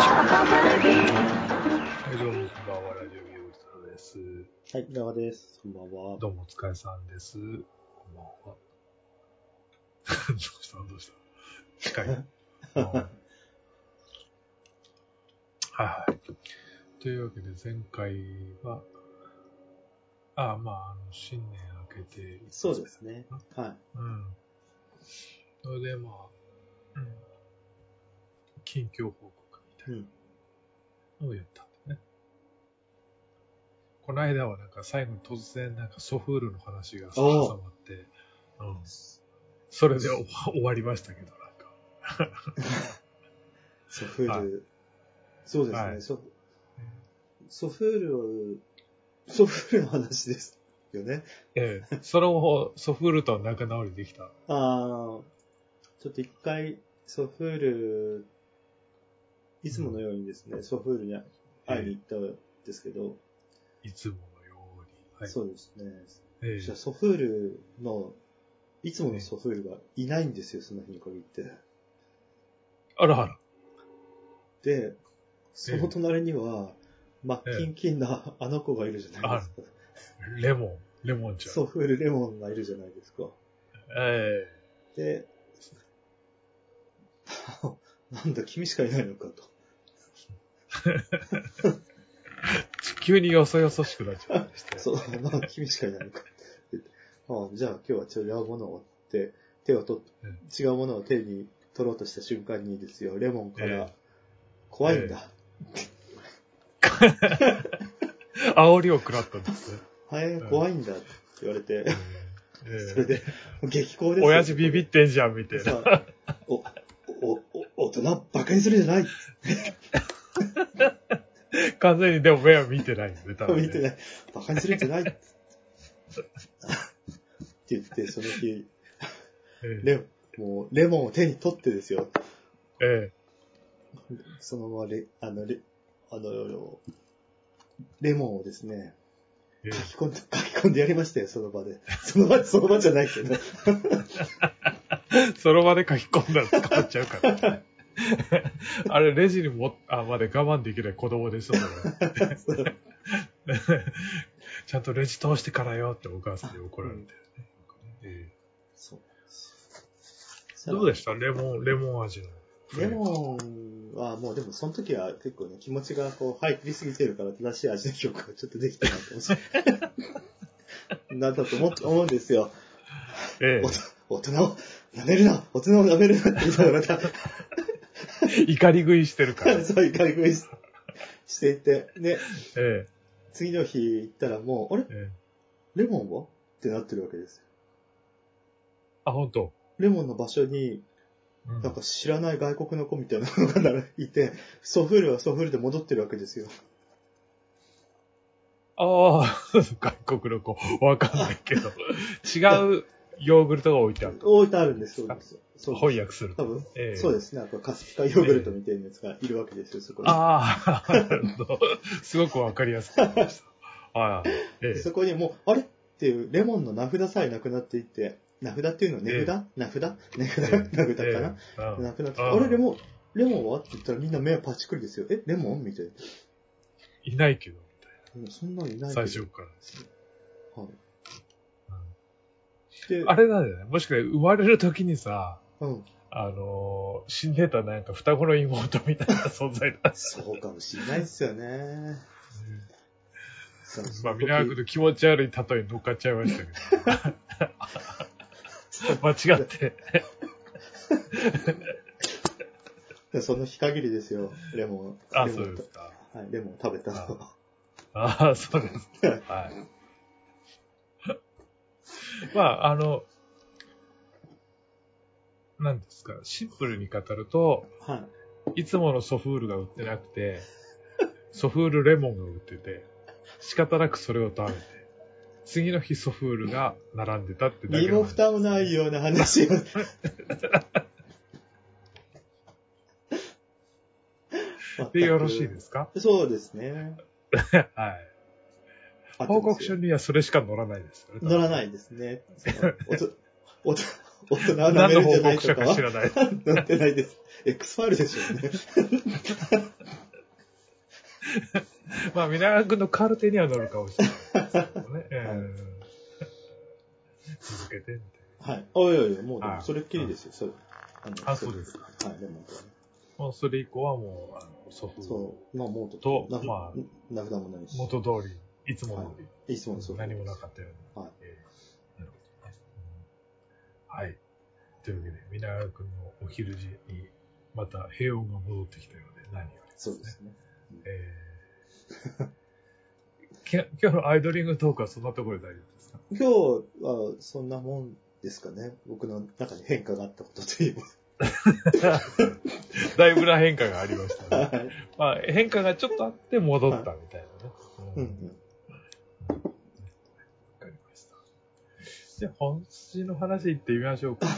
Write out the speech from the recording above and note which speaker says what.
Speaker 1: はい、どうも、こんばんは、ラジオビュースタです。
Speaker 2: はい、ガワです。こんばんは。
Speaker 1: どうも、お疲れさんです。こんばんは。 どうしたどうした近い。 うんはいはい。というわけで、前回は、ああ、まあ、あの新年明けて、
Speaker 2: そうですね。は
Speaker 1: うん。それで、まあ、うん。近況報告みた
Speaker 2: い。う
Speaker 1: い
Speaker 2: ん。
Speaker 1: なのをやったんだよね。この間はなんか最後に突然なんかソフールの話が挟まって、うん。それで終わ終わりましたけど、なんか。
Speaker 2: ソフ
Speaker 1: は
Speaker 2: ール。そうです
Speaker 1: は
Speaker 2: ね。
Speaker 1: い
Speaker 2: ソフソフールを、ソフールの話ですよね。
Speaker 1: ええ、その後、ソフールとは仲直りできた。
Speaker 2: あー、ちょっと一回、ソフール、いつものようにですね、ソフールに会いに行ったんですけど、
Speaker 1: いつものように。はい。
Speaker 2: そうですね。
Speaker 1: え
Speaker 2: そした
Speaker 1: え
Speaker 2: らソフールの、いつものソフールがいないんですよ、その日に限って。
Speaker 1: あらあら。
Speaker 2: で、その隣には、マッキンキンなあの子がいるじゃないですか。
Speaker 1: レモン、レモンちゃん。
Speaker 2: ソフールレモンがいるじゃないですか。
Speaker 1: え
Speaker 2: で、 なんだ、君しかいないのかと。
Speaker 1: え急によそよそしくなっちゃったりして。
Speaker 2: そう、まあ、君しかいないのかって言って。ああじゃあ今日は違うものをって、手を取
Speaker 1: うん
Speaker 2: っ、違うものを手に取ろうとした瞬間にですよ、レモンか
Speaker 1: え
Speaker 2: ら
Speaker 1: え、
Speaker 2: 怖いんだ。
Speaker 1: 煽りを食らったんですね。
Speaker 2: はい、
Speaker 1: ん
Speaker 2: 怖いんだって言われて、
Speaker 1: ええ
Speaker 2: それで、激高ですよ
Speaker 1: 親父ビビってんじゃん、みたいな。
Speaker 2: さあ、お、お、お、大人バカにするんじゃない
Speaker 1: 完全にでも目は見てないんですね、多分、ね。
Speaker 2: 見てない。バカにするんじゃないって言って、その日、
Speaker 1: ええ
Speaker 2: レ、もう、レモンを手に取ってですよ。
Speaker 1: え
Speaker 2: そのままレ、あの、レ、あの、レモンをですね、
Speaker 1: ええ
Speaker 2: 書き込んで、書き込んでやりましたよ、その場で。その場、その場じゃないけど。
Speaker 1: えその場で書き込んだら捕まっちゃうから、 ね。あれ、レジにも、あ、まで我慢できない子供ですもんね。 ちゃんとレジ通してからよってお母さんに怒られて、ねえ
Speaker 2: そう。
Speaker 1: えどうでしたレモン、レモン味の。
Speaker 2: レモンはもうでもその時は結構ね、気持ちがこう入りすぎてるから正しい味の評価がちょっとできてないかもしれない。なんだと思う思うんですよ。
Speaker 1: え
Speaker 2: おと大人を舐めるな大人を舐めるなって言いながらまた、
Speaker 1: え、怒り食いしてる から。え
Speaker 2: そういう回復ししていて、で、
Speaker 1: え、
Speaker 2: 次の日行ったらもう、あれ
Speaker 1: ええ。
Speaker 2: レモンはってなってるわけですよ。
Speaker 1: あ、本当。
Speaker 2: レモンの場所に、
Speaker 1: うん
Speaker 2: なんか知らない外国の子みたいなのが並いて、ソフールはソフールで戻ってるわけですよ。
Speaker 1: ああ、 外国の子、わかんないけ ど、違うヨーグルトが置いてあると。
Speaker 2: 置いてあるんです、そうですよ。そうです
Speaker 1: 翻訳する
Speaker 2: 多
Speaker 1: と。
Speaker 2: 分、
Speaker 1: ええ
Speaker 2: そうですね。あと、カスピカヨーグルトみたいなやつがいるわけですよ、そこに。
Speaker 1: あ あ、なるほど。すごくわかりやすくなりました。ああ、ええ
Speaker 2: そこにもう、あれっていう、レモンの名札さえなくなっていって、名札っていうのは値札、名札名札、
Speaker 1: ええ
Speaker 2: 名札か
Speaker 1: え
Speaker 2: な、
Speaker 1: えうん
Speaker 2: なくなって、
Speaker 1: あ
Speaker 2: あ
Speaker 1: あ
Speaker 2: れ、レモン、レモンはって言ったらみんな目パチクリですよ。え、レモンみたいな。
Speaker 1: いないけど、みたい
Speaker 2: そんなのいな
Speaker 1: ない最初から。
Speaker 2: はい
Speaker 1: うん
Speaker 2: で、
Speaker 1: あれなんだよね。もしかして生まれる時にさ、
Speaker 2: うん。
Speaker 1: あのー死んでたなんか双子の妹みたいな存在だ。
Speaker 2: そうかもしれないですよね。そう
Speaker 1: まあ、ミラークの気持ち悪い例えに乗っかっちゃいましたけ ど。間違って。
Speaker 2: その日限りですよ、レモン。
Speaker 1: あ、
Speaker 2: レモ
Speaker 1: そ
Speaker 2: ン
Speaker 1: うですか。
Speaker 2: はい、レモン食べたのは。
Speaker 1: ああ、そうです。はい。まあ、あの、なんですか、シンプルに語ると、
Speaker 2: はい。
Speaker 1: いつものソフールが売ってなくて、ソフールレモンが売ってて、仕方なくそれを食べて、次の日ソフールが並んでたってだけ
Speaker 2: 身
Speaker 1: の
Speaker 2: も
Speaker 1: 話
Speaker 2: 蓋もないような話を。。
Speaker 1: でよろしいですすか
Speaker 2: そうですね。
Speaker 1: はい。報告書
Speaker 2: に
Speaker 1: にはそれしか載らないですよね。。
Speaker 2: 乗らな いいですね。そのおとおと大人は舐
Speaker 1: 何
Speaker 2: め
Speaker 1: の
Speaker 2: るんじゃ
Speaker 1: 報
Speaker 2: ない
Speaker 1: 告
Speaker 2: と
Speaker 1: 書
Speaker 2: か
Speaker 1: か
Speaker 2: は
Speaker 1: 知らない。
Speaker 2: なってないです。X ファイルでしょうね。
Speaker 1: まあ、皆川君のカルテには乗るかもしれないですけど ね。うん続けてみたい
Speaker 2: はい。あ、いやいや、もうで
Speaker 1: は
Speaker 2: も
Speaker 1: い
Speaker 2: それっきりですよ、それ。あの
Speaker 1: あそうです
Speaker 2: か。はい、レモンとかね。
Speaker 1: な。もうそれ以降はもう、あの祖父
Speaker 2: そう、まあ、もうと。
Speaker 1: と
Speaker 2: な
Speaker 1: まあ
Speaker 2: 名札もないし。
Speaker 1: 元通り、いつも通り、
Speaker 2: いつものそう。
Speaker 1: 何もなかったように。
Speaker 2: はい
Speaker 1: えーなるほどねうんはい。というわけで、皆川君のお昼時に、また平穏が戻ってきたようで、何より。
Speaker 2: そうですね。
Speaker 1: えーき今日のアイドリングトークはそんなところで大丈夫ですか
Speaker 2: 今日はそんなもんですかね。僕の中に変化があったことといえば。
Speaker 1: だいぶな変化がありましたね。
Speaker 2: はい。
Speaker 1: まあ、変化がちょっとあって戻ったみたいなね。
Speaker 2: う
Speaker 1: うん
Speaker 2: うん
Speaker 1: わ
Speaker 2: ん。
Speaker 1: かりました。じゃあ、本筋の話行ってみましょうか。